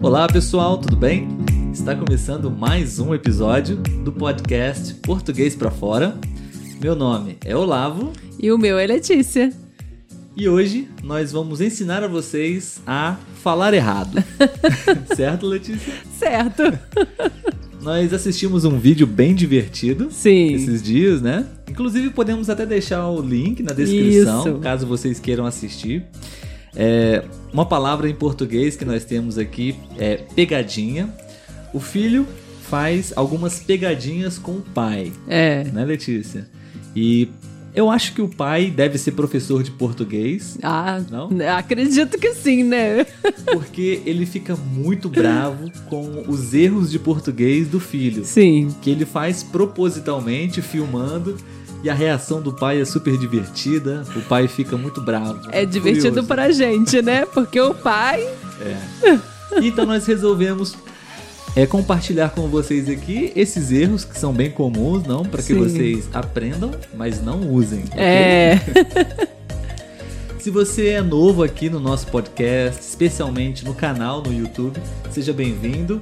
Olá pessoal, tudo bem? Está começando mais um episódio do podcast Português para Fora. Meu nome é Olavo E o meu é Letícia. e hoje nós vamos ensinar a vocês a falar errado. certo, Letícia? Certo. Nós assistimos um vídeo bem divertido Sim. esses dias, né? Inclusive podemos até deixar o link na descrição, Isso. caso vocês queiram assistir. É, uma palavra em português que nós temos aqui é pegadinha. O filho faz algumas pegadinhas com o pai, É. né, Letícia? E eu acho que o pai deve ser professor de português, Ah, Não? acredito que sim, né? porque ele fica muito bravo com os erros de português do filho. Sim. que ele faz propositalmente filmando e a reação do pai é super divertida. O pai fica muito bravo. É divertido curioso. pra gente, né? Porque o pai. Então nós resolvemos é, compartilhar com vocês aqui esses erros que são bem comuns, não, para que Sim. vocês aprendam, mas não usem. ok? É. Se você é novo aqui no nosso podcast, especialmente no canal no YouTube, seja bem-vindo.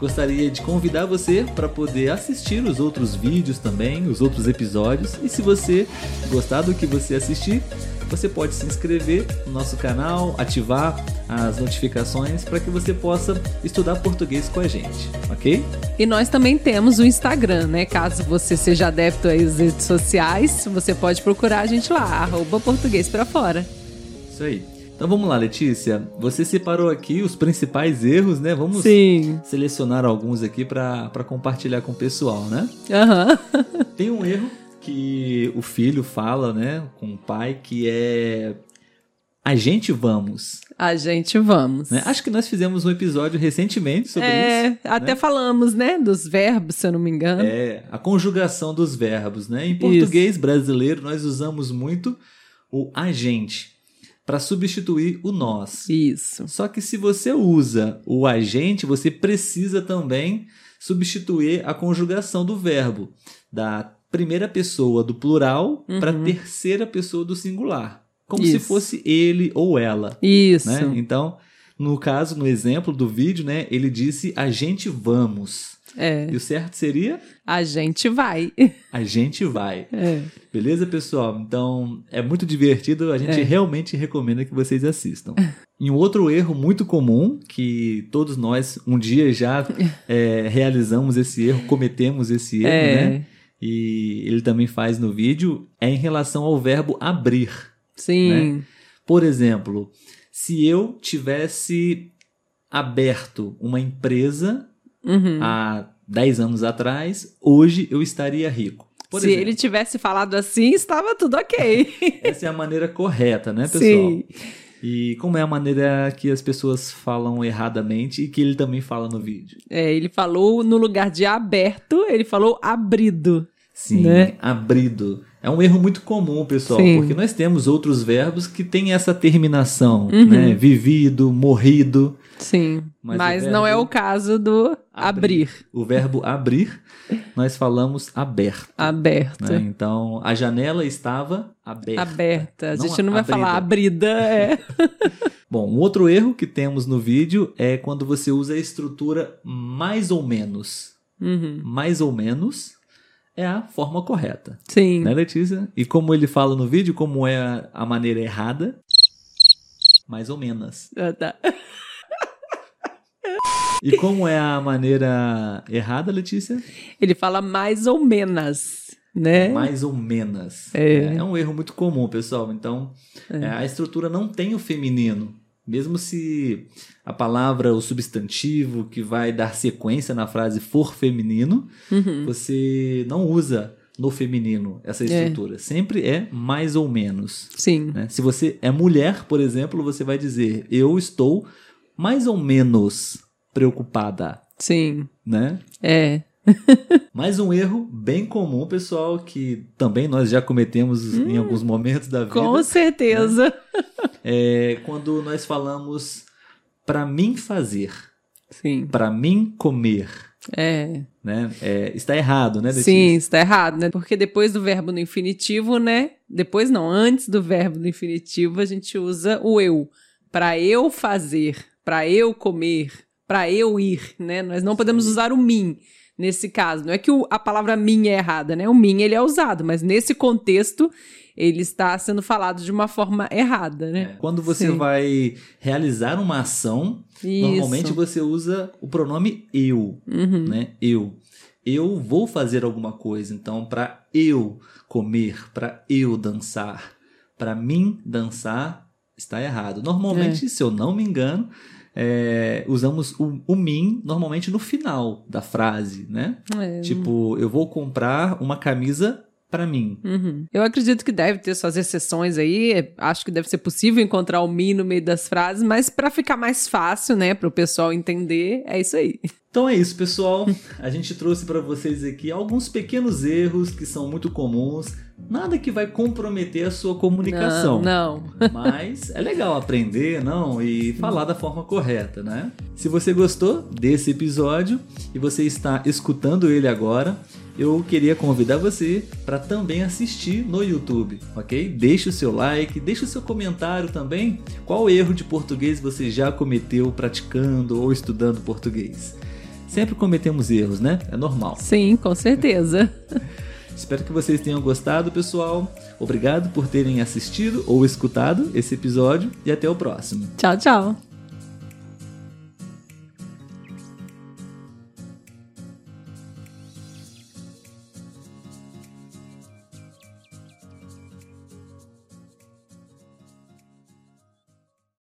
Gostaria de convidar você para poder assistir os outros vídeos também, os outros episódios. E se você gostar do que você assistir, você pode se inscrever no nosso canal, ativar as notificações para que você possa estudar português com a gente, ok? E nós também temos o Instagram, né? Caso você seja adepto aí às redes sociais, você pode procurar a gente lá, arroba português pra fora. Isso aí. Então vamos lá, Letícia. Você separou aqui os principais erros, né? Vamos Sim. selecionar alguns aqui para compartilhar com o pessoal, né? Aham. Tem um erro que o filho fala, né, com o pai, que é a gente vamos. A gente vamos. né? Acho que nós fizemos um episódio recentemente sobre é, isso. até falamos, né? Dos verbos, se eu não me engano. É, a conjugação dos verbos, né? Em português brasileiro, nós usamos muito o a gente para substituir o nós. Isso. Só que se você usa o agente, você precisa também substituir a conjugação do verbo da primeira pessoa do plural Uhum. para a terceira pessoa do singular, como se Isso. fosse ele ou ela, Isso. né? Então, no caso, no exemplo do vídeo, né, ele disse a gente vamos. É. E o certo seria A gente vai. a gente vai. É. Beleza, pessoal? Então é muito divertido, a gente É. realmente recomenda que vocês assistam. E um outro erro muito comum, que todos nós um dia já é, realizamos esse erro, cometemos esse erro, é. né? E ele também faz no vídeo, é em relação ao verbo abrir. Sim. Por exemplo, se eu tivesse aberto uma empresa Uhum. há 10 anos atrás, hoje eu estaria rico. Por Se exemplo. ele tivesse falado assim, estava tudo ok. Essa é a maneira correta, né, pessoal? Sim. E como é a maneira que as pessoas falam erradamente e que ele também fala no vídeo. É, ele falou no lugar de aberto, ele falou abrido. Sim, Né? abrido. É um erro muito comum, pessoal, Sim. porque nós temos outros verbos que têm essa terminação, Uhum. né? Vivido, morrido. Sim. Mas Mas, o não é verbo o caso do abrir. O verbo abrir, nós falamos aberto. Aberto. né? Então, a janela estava aberta. Aberta. A Não gente não vai abrida. falar abrida, é. Bom, um outro erro que temos no vídeo é quando você usa a estrutura mais ou menos. Uhum. mais ou menos é a forma correta, Sim. né, Letícia? E como ele fala no vídeo, como é a- a maneira errada? Mais ou menos. Ah, tá. E como é a maneira errada, Letícia? Ele fala mais ou menos, né? Mais ou menos. É. É um erro muito comum, pessoal. Então, é, a estrutura não tem o feminino. Mesmo se a palavra, o substantivo que vai dar sequência na frase for feminino, Uhum. você não usa no feminino essa estrutura. Sempre é mais ou menos. Sim. né? Se você é mulher, por exemplo, você vai dizer eu estou mais ou menos preocupada, Sim. né? É. Mais um erro bem comum, pessoal, que também nós já cometemos em alguns momentos da vida, Hum, né? Com certeza. é quando nós falamos para mim fazer, Né? Sim. para mim comer, É. né? É, está errado, né? Letícia? Sim, está errado, né? Porque depois do verbo no infinitivo, né? Depois não, antes do verbo no infinitivo, a gente usa o eu. Para eu fazer, para eu comer, para eu ir, né? Nós não podemos usar o mim nesse caso. Não é que o- a palavra mim é errada, né? O mim ele é usado, mas nesse contexto ele está sendo falado de uma forma errada, né? É, Quando você Sim. vai realizar uma ação, Isso. É. normalmente você usa o pronome eu, Uhum. né? Eu. Eu vou fazer alguma coisa, então para eu comer, para eu dançar, para mim dançar está errado. É. Normalmente, se eu não me engano, é, usamos o, o mim normalmente no final da frase, né? É, Tipo, eu vou comprar uma camisa para mim. Uhum. Eu acredito que deve ter suas exceções aí. Acho que deve ser possível encontrar o mim no meio das frases, mas para ficar mais fácil, né, para o pessoal entender, é isso aí. Então é isso, pessoal. A gente trouxe para vocês aqui alguns pequenos erros que são muito comuns. Nada que vai comprometer a sua comunicação. Não, não. Mas é legal aprender, não? E falar da forma correta, né? Se você gostou desse episódio e você está escutando ele agora, eu queria convidar você para também assistir no YouTube, ok? Deixe o seu like, deixe o seu comentário também. Qual erro de português você já cometeu praticando ou estudando português? Sempre cometemos erros, né? É normal. Sim, com certeza. Espero que vocês tenham gostado, pessoal. Obrigado por terem assistido ou escutado esse episódio e até o próximo. Tchau, tchau.